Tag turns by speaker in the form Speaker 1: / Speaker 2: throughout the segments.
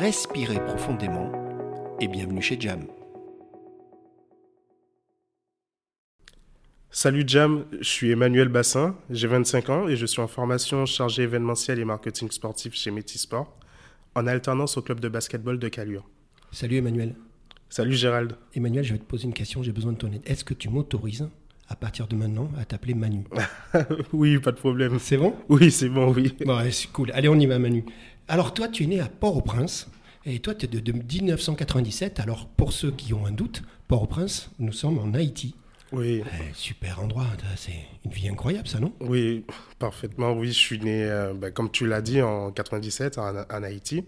Speaker 1: respirez profondément et bienvenue chez Jam.
Speaker 2: Salut Jam, je suis Emmanuel Bassin, j'ai 25 ans et je suis en formation chargée événementielle et marketing sportif chez Métisport, en alternance au club de basketball de Calure.
Speaker 3: Salut Emmanuel.
Speaker 2: Salut Gérald.
Speaker 3: Emmanuel, je vais te poser une question, j'ai besoin de ton aide. Est-ce que tu m'autorises, à partir de maintenant, à t'appeler Manu
Speaker 2: oui, pas de problème.
Speaker 3: Ah, C'est bon
Speaker 2: Oui, c'est bon, oui.
Speaker 3: Bon, ouais, c'est cool. Allez, on y va Manu. Alors toi, tu es né à Port-au-Prince. Et toi, tu es de, de 1997. Alors, pour ceux qui ont un doute, Port-au-Prince, nous sommes en Haïti.
Speaker 2: Oui,
Speaker 3: Eh, super endroit, t'as- c'est une vie incroyable ça, non
Speaker 2: oui, parfaitement, oui. Je suis né, euh, bah, comme tu l'as dit, en 97 en, en Haïti.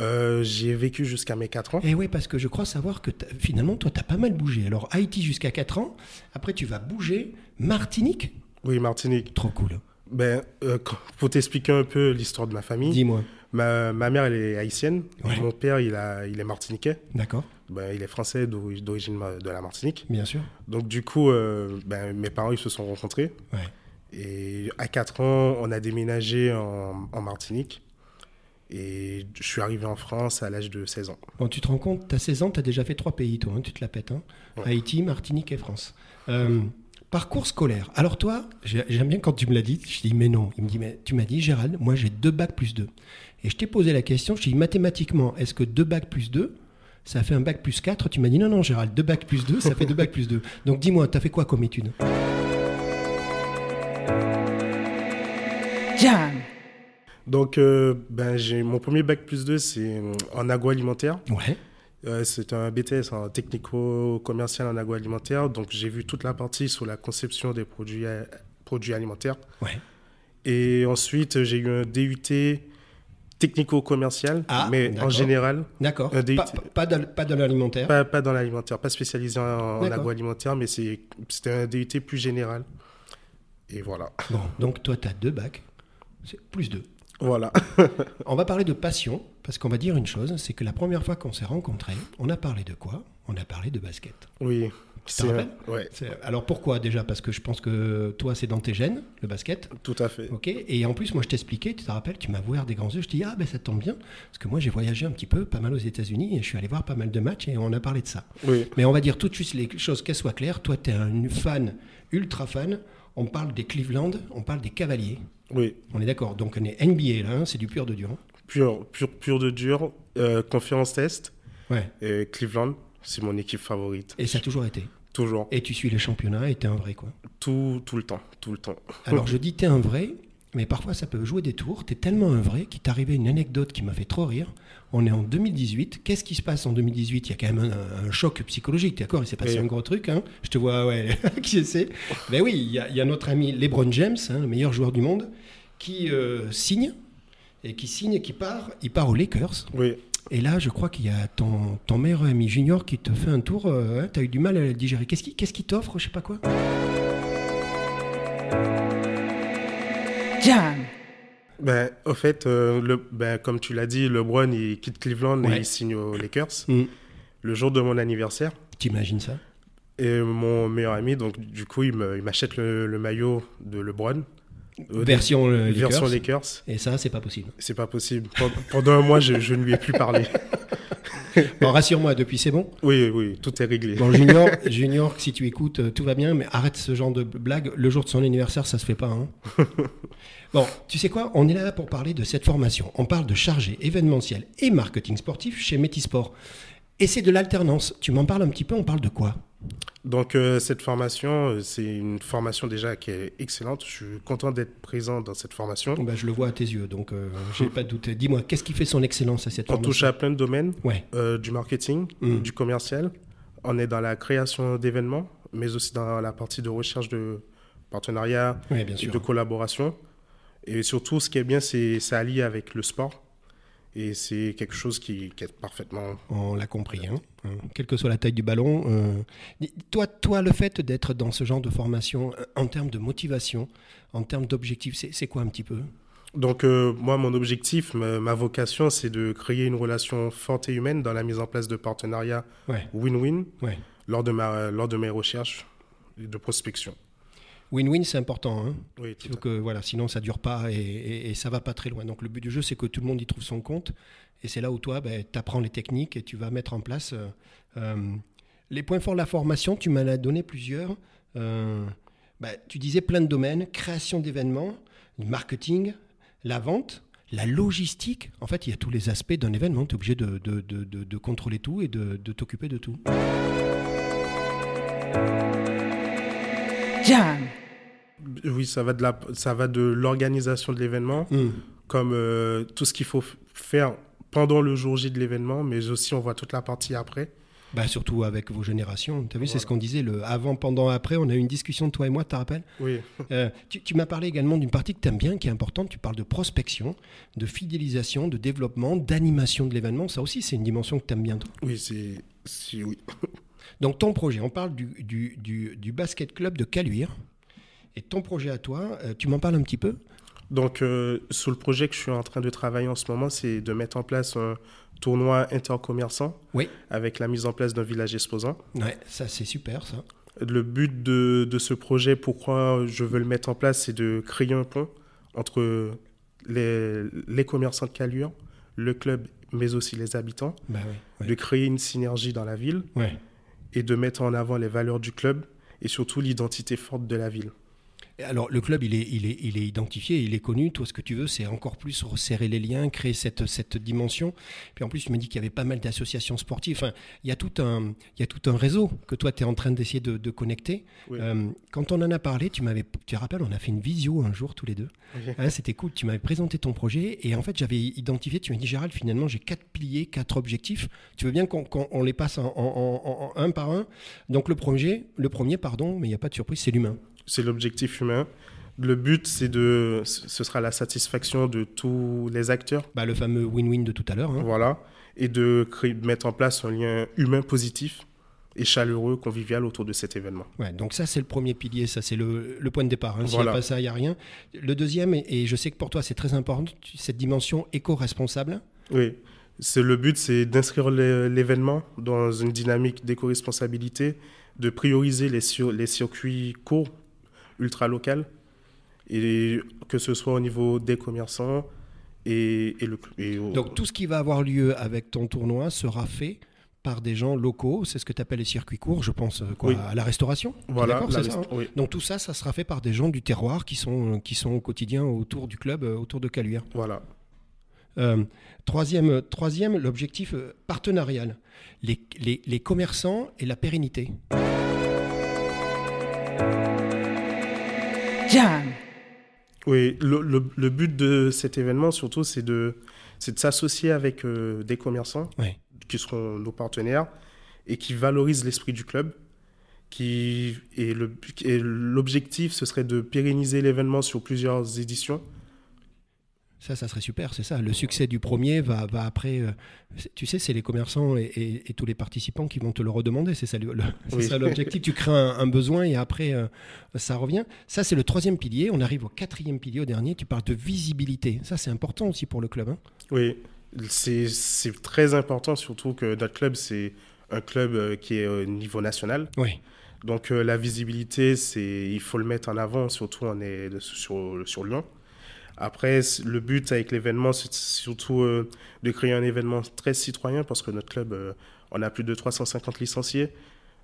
Speaker 2: Euh, J'y ai vécu jusqu'à mes 4 ans.
Speaker 3: Eh oui, parce que je crois savoir que t'as- finalement, toi, t'as pas mal bougé. Alors, Haïti jusqu'à 4 ans, après tu vas bouger Martinique.
Speaker 2: Oui, Martinique.
Speaker 3: Trop cool,
Speaker 2: Ben, euh, quand- pour t'expliquer un peu l'histoire de ma famille,
Speaker 3: dis-moi.
Speaker 2: Ma, ma mère, elle est haïtienne.
Speaker 3: Ouais.
Speaker 2: Mon père, il, a, il est martiniquais.
Speaker 3: D'accord,
Speaker 2: Ben, il est français d'ori- d'origine ma- de la Martinique.
Speaker 3: bien sûr.
Speaker 2: Donc, du coup, euh, ben, mes parents, ils se sont rencontrés.
Speaker 3: Ouais.
Speaker 2: Et à 4 ans, on a déménagé en, en Martinique. Et je suis arrivé en France à l'âge de 16 ans.
Speaker 3: Bon, tu te rends compte, t'as 16 ans, t'as déjà fait trois pays, toi, hein, tu te la pètes. hein.
Speaker 2: Ouais.
Speaker 3: Haïti, Martinique et France. Euh, parcours scolaire. Alors toi, j'ai- j'aime bien quand tu me l'as dit, je dis mais non. Il me dit, mais tu m'as dit, Gérald, moi j'ai deux bacs plus deux. Et je t'ai posé la question, je t'ai dit mathématiquement, est-ce que deux bacs plus deux, ça fait un bac plus 4 Tu m'as dit non, non, Gérald, deux bacs plus deux, ça fait deux bacs plus deux. Donc dis-moi, t'as fait quoi comme étude
Speaker 4: Jam.
Speaker 2: Donc, euh, ben, j'ai mon premier bac plus 2, c'est euh, en agroalimentaire.
Speaker 3: Ouais,
Speaker 2: Euh, c'est un BTS en technico-commercial en agroalimentaire. Donc, j'ai vu toute la partie sur la conception des produits, euh, produits alimentaires.
Speaker 3: ouais.
Speaker 2: Et ensuite, j'ai eu un DUT technico-commercial,
Speaker 3: Ah,
Speaker 2: mais en
Speaker 3: d'accord.
Speaker 2: général,
Speaker 3: D'accord. Pas,
Speaker 2: Un DUT.
Speaker 3: pas, dans- pas dans l'alimentaire.
Speaker 2: pas, pas dans l'alimentaire, pas spécialisé en, en
Speaker 3: D'accord.
Speaker 2: agroalimentaire, mais c'est- c'était un DUT plus général. Et voilà.
Speaker 3: Bon, donc toi, t'as deux bacs, c'est plus deux.
Speaker 2: Voilà.
Speaker 3: On va parler de passion, parce qu'on va dire une chose, c'est que la première fois qu'on s'est rencontrés, on a parlé de quoi On a parlé de basket.
Speaker 2: Oui.
Speaker 3: t'en rappelles
Speaker 2: ouais,
Speaker 3: C'est- Alors pourquoi déjà Parce que je pense que toi, c'est dans tes gènes, le basket.
Speaker 2: tout à fait.
Speaker 3: Ok Et en plus, moi, je t'expliquais, tu te rappelles, tu m'as ouvert des grands yeux, je te dis, ah ben ça tombe bien, parce que moi, j'ai voyagé un petit peu, pas mal aux États-Unis, et je suis allé voir pas mal de matchs, et on a parlé de ça.
Speaker 2: Oui.
Speaker 3: Mais on va dire tout de suite les choses qu'elles soient claires. Toi, tu es un fan, ultra fan. On parle des Cleveland, on parle des Cavaliers.
Speaker 2: Oui.
Speaker 3: On est d'accord. Donc on est NBA là, hein, c'est du pur de dur. hein.
Speaker 2: Pur, pur, pur de dur. Euh, conférence test.
Speaker 3: Ouais.
Speaker 2: Euh, Cleveland, c'est mon équipe favorite.
Speaker 3: Et ça a toujours été.
Speaker 2: Toujours.
Speaker 3: Et tu suis les championnats et t'es un vrai, quoi.
Speaker 2: Tout, tout le temps. Tout le temps.
Speaker 3: Alors je dis t'es un vrai, mais parfois ça peut jouer des tours. T'es tellement un vrai qu'il t'est arrivé une anecdote qui m'a fait trop rire. On est en 2018. Qu'est-ce qui se passe en 2018 Il y a quand même un, un choc psychologique, t'es d'accord Il s'est passé
Speaker 2: Oui.
Speaker 3: un gros truc. hein. je te vois, ouais, qui c'est Ben oui, il y, a- il y a notre ami LeBron James, hein, le meilleur joueur du monde, qui euh, signe et qui signe et qui part. Il part aux Lakers.
Speaker 2: Oui.
Speaker 3: Et là, je crois qu'il y a ton, ton meilleur ami Junior qui te fait un tour. euh, hein, T'as eu du mal à le digérer. Qu'est-ce qui qu'est-ce qui t'offre Je sais pas quoi.
Speaker 4: Jam.
Speaker 2: Ben, au fait, euh, le, ben, comme tu l'as dit, LeBron, il quitte Cleveland et
Speaker 3: Ouais.
Speaker 2: il signe aux Lakers.
Speaker 3: Mm.
Speaker 2: Le jour de mon anniversaire,
Speaker 3: T'imagines ça
Speaker 2: et mon meilleur ami, donc du coup, il me- il m'achète le, le maillot de LeBron. Euh,
Speaker 3: Version euh,
Speaker 2: des-
Speaker 3: Lakers.
Speaker 2: version Lakers.
Speaker 3: Et ça, c'est pas possible.
Speaker 2: C'est pas possible. Pen- Pendant un mois, je, je ne lui ai plus parlé.
Speaker 3: Bon, rassure-moi, depuis c'est bon.
Speaker 2: Oui, oui, tout est réglé.
Speaker 3: Bon, Junior, Junior, si tu écoutes, euh, tout va bien, mais arrête ce genre de blague. Le jour de son anniversaire, ça se fait pas. hein. bon, tu sais quoi On est là pour parler de cette formation. On parle de chargé événementiel et marketing sportif chez Métisport. Et c'est de l'alternance. Tu m'en parles un petit peu, on parle de quoi
Speaker 2: Donc euh, cette formation, euh, c'est une formation déjà qui est excellente. Je suis content d'être présent dans cette formation.
Speaker 3: Bah, je le vois à tes yeux, donc euh, j'ai pas de doute. Dis-moi, qu'est-ce qui fait son excellence à cette
Speaker 2: On touche
Speaker 3: formation
Speaker 2: à plein de domaines,
Speaker 3: Ouais,
Speaker 2: euh, du marketing,
Speaker 3: Mm.
Speaker 2: du commercial. On est dans la création d'événements, mais aussi dans la partie de recherche de partenariats,
Speaker 3: ouais, bien
Speaker 2: et de
Speaker 3: sûr.
Speaker 2: collaboration. Et surtout, ce qui est bien, c'est ça allie avec le sport. Et c'est quelque chose qui, qui est parfaitement.
Speaker 3: On l'a compris. hein. Hein. Quelle que soit la taille du ballon. euh, dis- Toi, toi, le fait d'être dans ce genre de formation, euh, en termes de motivation, en termes d'objectifs, c'est c'est quoi un petit peu
Speaker 2: Donc, euh, moi, mon objectif, ma, ma vocation, c'est de créer une relation forte et humaine dans la mise en place de partenariats
Speaker 3: Ouais,
Speaker 2: win-win
Speaker 3: ouais.
Speaker 2: lors, de ma- lors de mes recherches de prospection.
Speaker 3: Win-win, c'est important. hein.
Speaker 2: Oui, tout à
Speaker 3: Donc, euh, voilà, sinon, ça dure pas et, et- et ça va pas très loin. Donc, le but du jeu, c'est que tout le monde y trouve son compte. Et c'est là où toi, tu apprends les techniques et tu vas mettre en place euh, euh, les points forts de la formation. Tu m'en as donné plusieurs. Euh, bah, tu disais plein de domaines création d'événements, du marketing, la vente. La logistique, en fait, il y a tous les aspects d'un événement. Tu es obligé de, de- de- de- de contrôler tout et de, de t'occuper de tout.
Speaker 4: Jam.
Speaker 2: Oui, ça va de la, ça va de l'organisation de l'événement,
Speaker 3: Hum.
Speaker 2: comme euh, tout ce qu'il faut f- faire pendant le jour J de l'événement, mais aussi on voit toute la partie après.
Speaker 3: Bah, surtout avec vos générations. Tu as vu, c'est
Speaker 2: Voilà.
Speaker 3: ce qu'on disait, le avant, pendant, après. On a eu une discussion, toi et moi, tu te rappelles
Speaker 2: Oui,
Speaker 3: Euh, tu tu m'as parlé également d'une partie que tu aimes bien, qui est importante. Tu parles de prospection, de fidélisation, de développement, d'animation de l'événement. Ça aussi, c'est une dimension que tu aimes bien. toi.
Speaker 2: oui, c'est, c'est- oui.
Speaker 3: Donc, ton projet, on parle du, du- du- du basket club de Caluire. Et ton projet à toi, euh, tu m'en parles un petit peu
Speaker 2: Donc, euh, sur le projet que je suis en train de travailler en ce moment, c'est de mettre en place un tournoi intercommerçant
Speaker 3: Oui.
Speaker 2: avec la mise en place d'un village exposant.
Speaker 3: Ouais, ça, c'est super, ça.
Speaker 2: Le but de, de ce projet, pourquoi je veux le mettre en place, c'est de créer un pont entre les, les commerçants de Calure, le club, mais aussi les habitants,
Speaker 3: Bah oui.
Speaker 2: de créer une synergie dans la ville
Speaker 3: Ouais.
Speaker 2: et de mettre en avant les valeurs du club et surtout l'identité forte de la ville.
Speaker 3: Et Alors, le club, il est, il, est, il est identifié, il est connu. Toi, ce que tu veux, c'est encore plus resserrer les liens, créer cette, cette dimension. Puis en plus, tu m'as dit qu'il y avait pas mal d'associations sportives. Enfin, il, y a tout un, il y a tout un réseau que toi, tu es en train d'essayer de, de connecter.
Speaker 2: Oui.
Speaker 3: Euh, quand on en a parlé, tu m'avais, tu te rappelles, on a fait une visio un jour, tous les deux.
Speaker 2: Oui.
Speaker 3: Hein, c'était cool. Tu m'avais présenté ton projet et en fait, j'avais identifié, tu m'as dit, Gérald, finalement, j'ai quatre piliers, quatre objectifs. Tu veux bien qu'on, qu'on- on les passe en, en- en- en- en un par un Donc, le premier, le premier pardon, mais il n'y a pas de surprise, c'est l'humain.
Speaker 2: C'est l'objectif humain. Le but, c'est de, ce sera la satisfaction de tous les acteurs,
Speaker 3: Bah, le fameux win-win de tout à l'heure. hein.
Speaker 2: voilà, et de, créer- de mettre en place un lien humain positif et chaleureux, convivial autour de cet événement.
Speaker 3: Ouais, donc ça, c'est le premier pilier, ça, c'est le, le point de départ. hein. S'il n'y a
Speaker 2: Voilà.
Speaker 3: pas ça, il n'y a rien. Le deuxième, et, et je sais que pour toi, c'est très important, tu- cette dimension éco-responsable.
Speaker 2: Oui, c'est le but, c'est d'inscrire l'é- l'événement dans une dynamique d'éco-responsabilité, de prioriser les, sur- les circuits courts, ultra-locaux, et que ce soit au niveau des commerçants et, et le et au-
Speaker 3: Donc tout ce qui va avoir lieu avec ton tournoi sera fait par des gens locaux, c'est ce que tu appelles les circuits courts, je pense, euh, quoi,
Speaker 2: Oui.
Speaker 3: à la restauration. T'es
Speaker 2: voilà,
Speaker 3: d'accord,
Speaker 2: la
Speaker 3: c'est ça,
Speaker 2: rest- oui,
Speaker 3: hein donc tout ça, ça sera fait par des gens du terroir qui sont, euh, qui sont au quotidien autour du club, euh, autour de Caluire.
Speaker 2: voilà.
Speaker 3: Euh, troisième, euh, troisième l'objectif euh, partenarial, les, les- les commerçants et la pérennité.
Speaker 4: Jam.
Speaker 2: Oui, le, le- le but de cet événement surtout, c'est de, c'est de s'associer avec euh, des commerçants
Speaker 3: Ouais.
Speaker 2: qui seront nos partenaires et qui valorisent l'esprit du club. Qui, et le- et l'objectif, ce serait de pérenniser l'événement sur plusieurs éditions.
Speaker 3: Ça, ça serait super, c'est ça. Le succès du premier va, va après. euh, c'est- tu sais, c'est les commerçants et, et- et tous les participants qui vont te le redemander. C'est ça le- le- c'est
Speaker 2: Oui.
Speaker 3: ça l'objectif. tu crées un, un besoin et après, euh, ça revient. Ça, c'est le troisième pilier. On arrive au quatrième pilier, au dernier. Tu parles de visibilité. Ça, c'est important aussi pour le club. hein.
Speaker 2: Oui, c'est c'est très important, surtout que notre club, c'est un club euh, qui est au niveau national.
Speaker 3: Oui.
Speaker 2: Donc euh, la visibilité, c'est il faut le mettre en avant, surtout on est de- sur, sur Lyon. Après, c- le but avec l'événement, c'est surtout euh, de créer un événement très citoyen parce que notre club, euh, on a plus de 350 licenciés.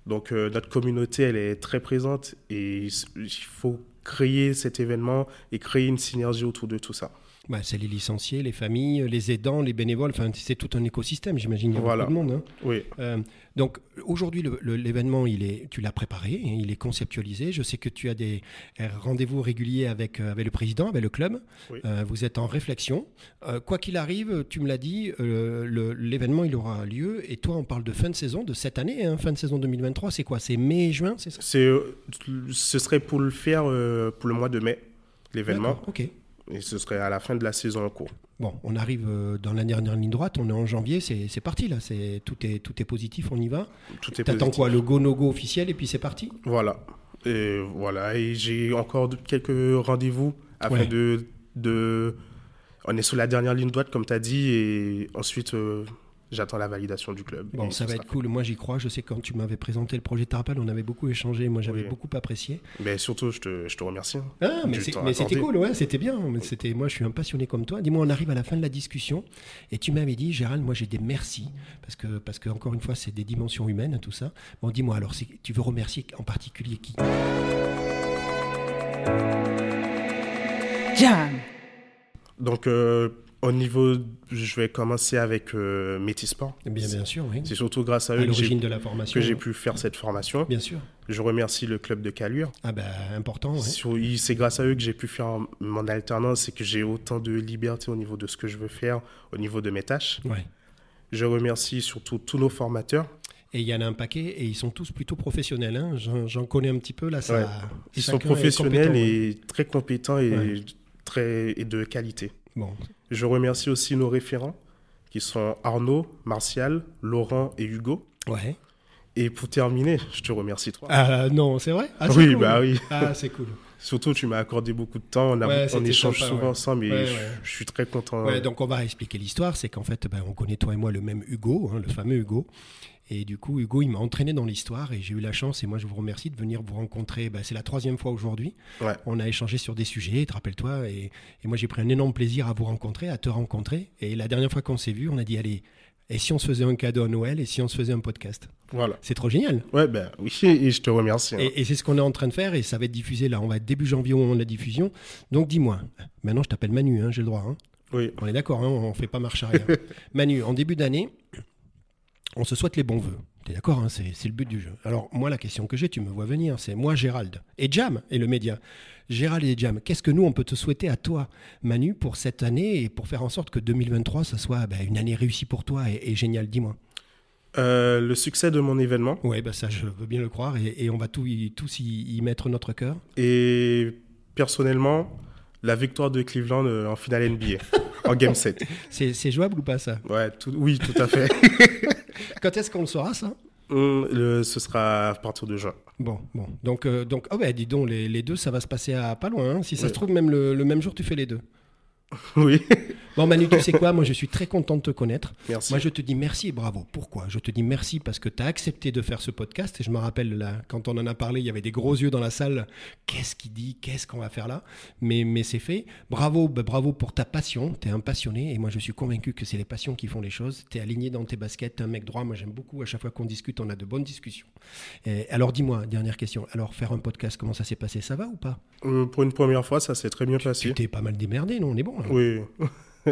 Speaker 2: Donc euh, notre communauté, elle est très présente et il s- il faut créer cet événement et créer une synergie autour de tout ça.
Speaker 3: Bah, c'est les licenciés, les familles, les aidants, les bénévoles. Enfin, c'est tout un écosystème, j'imagine. Il y a
Speaker 2: Voilà.
Speaker 3: beaucoup de monde. hein.
Speaker 2: Oui,
Speaker 3: Euh, donc aujourd'hui, le- le- l'événement, il est, tu l'as préparé, hein, il est conceptualisé. Je sais que tu as des euh, rendez-vous réguliers avec, euh, avec le président, avec le club.
Speaker 2: Oui.
Speaker 3: Euh, vous êtes en réflexion. Euh, quoi qu'il arrive, tu me l'as dit, euh, le- l'événement, il aura lieu. Et toi, on parle de fin de saison de cette année, hein, fin de saison 2023. C'est quoi C'est mai et juin, c'est ça
Speaker 2: euh, c'est ce serait pour le faire euh, pour le mois de mai, l'événement.
Speaker 3: D'accord, Ok.
Speaker 2: Et ce serait à la fin de la saison en cours.
Speaker 3: Bon, on arrive euh, dans la dernière ligne droite, on est en janvier, c'est c'est parti là, c'est tout est tout est positif, on y va.
Speaker 2: Tout est
Speaker 3: T'attends
Speaker 2: positif.
Speaker 3: quoi Le go no go officiel et puis c'est parti.
Speaker 2: Voilà. Et voilà. Et j'ai encore de- quelques rendez-vous afin
Speaker 3: Ouais.
Speaker 2: de, de. On est sous la dernière ligne droite, comme tu as dit, et ensuite, euh, j'attends la validation du club.
Speaker 3: Bon,
Speaker 2: Et
Speaker 3: ça
Speaker 2: ce
Speaker 3: va
Speaker 2: sera-
Speaker 3: être cool. Moi, j'y crois. Je sais que quand tu m'avais présenté le projet Tarpal, on avait beaucoup échangé. Moi, j'avais
Speaker 2: Oui.
Speaker 3: beaucoup apprécié.
Speaker 2: Mais surtout, je te, je te remercie.
Speaker 3: Ah, mais
Speaker 2: Du
Speaker 3: c'est-
Speaker 2: temps
Speaker 3: mais c'était
Speaker 2: accordé.
Speaker 3: cool, ouais, c'était bien. Mais c'était, moi, je suis un passionné comme toi. Dis-moi, on arrive à la fin de la discussion et tu m'avais dit, Gérald, moi, j'ai des merci parce que, parce que encore une fois, c'est des dimensions humaines, tout ça. Bon, dis-moi, alors, c'est- tu veux remercier en particulier qui
Speaker 4: Jam.
Speaker 2: Donc, euh, au niveau. Je vais commencer avec euh, Métisport.
Speaker 3: Bien, bien sûr, oui.
Speaker 2: C'est surtout grâce à
Speaker 3: À
Speaker 2: eux que Ah, j'ai-
Speaker 3: l'origine de la formation.
Speaker 2: que j'ai
Speaker 3: hein.
Speaker 2: pu faire cette formation.
Speaker 3: Bien sûr.
Speaker 2: Je remercie le club de Calure.
Speaker 3: Ah ben, important. ouais.
Speaker 2: Sur- il- C'est grâce à eux que j'ai pu faire mon alternance et que j'ai autant de liberté au niveau de ce que je veux faire, au niveau de mes tâches.
Speaker 3: Ouais.
Speaker 2: Je remercie surtout tous nos formateurs.
Speaker 3: Et il y en a un paquet et ils sont tous plutôt professionnels. hein. J'en j'en connais un petit peu là. Ça,
Speaker 2: Ouais. Ils sont
Speaker 3: chacun est
Speaker 2: professionnels
Speaker 3: compétent, hein.
Speaker 2: et très compétents et,
Speaker 3: Ouais.
Speaker 2: très, et de qualité.
Speaker 3: Bon,
Speaker 2: Je remercie aussi nos référents qui sont Arnaud, Martial, Laurent et Hugo.
Speaker 3: ouais.
Speaker 2: Et pour terminer, je te remercie toi.
Speaker 3: Ah non, c'est vrai ah, c'est
Speaker 2: oui,
Speaker 3: cool.
Speaker 2: bah oui.
Speaker 3: Ah, c'est cool.
Speaker 2: Surtout, tu m'as accordé beaucoup de temps. On, a-
Speaker 3: Ouais,
Speaker 2: on
Speaker 3: c'était
Speaker 2: échange
Speaker 3: sympa,
Speaker 2: souvent
Speaker 3: ouais.
Speaker 2: ensemble et
Speaker 3: Ouais,
Speaker 2: je,
Speaker 3: ouais.
Speaker 2: je suis très content.
Speaker 3: Ouais, donc on va expliquer l'histoire, c'est qu'en fait, ben, on connaît toi et moi le même Hugo, hein, le fameux Hugo. Et du coup, Hugo, il m'a entraîné dans l'histoire et j'ai eu la chance, et moi je vous remercie de venir vous rencontrer. Ben, c'est la troisième fois aujourd'hui.
Speaker 2: Ouais.
Speaker 3: On a échangé sur des sujets, te rappelle-toi, et, et moi j'ai pris un énorme plaisir à vous rencontrer, à te rencontrer. Et la dernière fois qu'on s'est vu, on a dit, allez, et si on se faisait un cadeau à Noël et si on se faisait un podcast
Speaker 2: Voilà.
Speaker 3: C'est trop génial
Speaker 2: Ouais, ben oui, et je te remercie. hein.
Speaker 3: Et, et c'est ce qu'on est en train de faire et ça va être diffusé là. On va être début janvier au moment de la diffusion. Donc dis-moi, maintenant je t'appelle Manu, hein, j'ai le droit. hein.
Speaker 2: Oui,
Speaker 3: On est d'accord, hein, on ne fait pas marche arrière. Manu, en début d'année, on se souhaite les bons voeux. T'es d'accord, hein, c'est c'est le but du jeu. Alors moi, la question que j'ai, tu me vois venir, c'est moi, Gérald, et Jam, et le média. Gérald et Jam, qu'est-ce que nous, on peut te souhaiter à toi, Manu, pour cette année et pour faire en sorte que 2023, ça soit bah, une année réussie pour toi et, et géniale, dis-moi.
Speaker 2: Euh, le succès de mon événement
Speaker 3: Oui, bah, ça, je veux bien le croire, et, et on va tout y- tous y, y mettre notre cœur.
Speaker 2: et personnellement, la victoire de Cleveland euh, en finale NBA, en Game 7.
Speaker 3: C'est c'est jouable ou pas, ça
Speaker 2: Ouais, tout- oui, tout à fait.
Speaker 3: Quand est-ce qu'on le saura, ça
Speaker 2: Hum, le- ce sera à partir de juin.
Speaker 3: Bon, bon. Donc, euh, donc ah ouais, dis donc, les, les deux, ça va se passer à pas loin. hein. Si ça se trouve, même le, le même jour, tu fais les deux.
Speaker 2: Oui,
Speaker 3: Bon, Manu, tu sais quoi Moi, je suis très content de te connaître.
Speaker 2: merci.
Speaker 3: Moi, je te dis merci et bravo. Pourquoi Je te dis merci parce que tu as accepté de faire ce podcast. Et je me rappelle, là, quand on en a parlé, il y avait des gros yeux dans la salle. Qu'est-ce qu'il dit Qu'est-ce qu'on va faire là Mais, mais c'est fait. Bravo, bah, bravo pour ta passion. Tu es un passionné. Et moi, je suis convaincu que c'est les passions qui font les choses. Tu es aligné dans tes baskets. T'es un mec droit. Moi, j'aime beaucoup. À chaque fois qu'on discute, on a de bonnes discussions. Et alors, dis-moi, dernière question. Alors, faire un podcast, comment ça s'est passé Ça va ou pas
Speaker 2: Hum, pour une première fois, ça s'est très bien
Speaker 3: Tu
Speaker 2: passé.
Speaker 3: t'es pas mal démerdé, non On est bon hein. là
Speaker 2: Oui,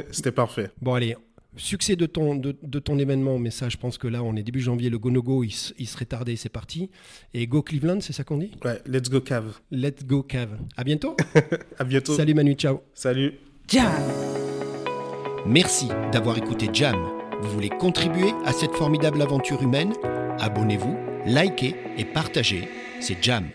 Speaker 2: c'était parfait.
Speaker 3: Bon, allez, succès de ton, de, de ton événement, mais ça, je pense que là, on est début janvier, le go-no-go, il, se- il serait tardé, c'est parti. Et go Cleveland, c'est ça qu'on dit
Speaker 2: Ouais, let's go Cave.
Speaker 3: Let's go Cave. À bientôt.
Speaker 2: À bientôt.
Speaker 3: Salut Manu, ciao.
Speaker 2: Salut.
Speaker 4: Jam.
Speaker 1: Merci d'avoir écouté Jam. Vous voulez contribuer à cette formidable aventure humaine Abonnez-vous, likez et partagez. C'est Jam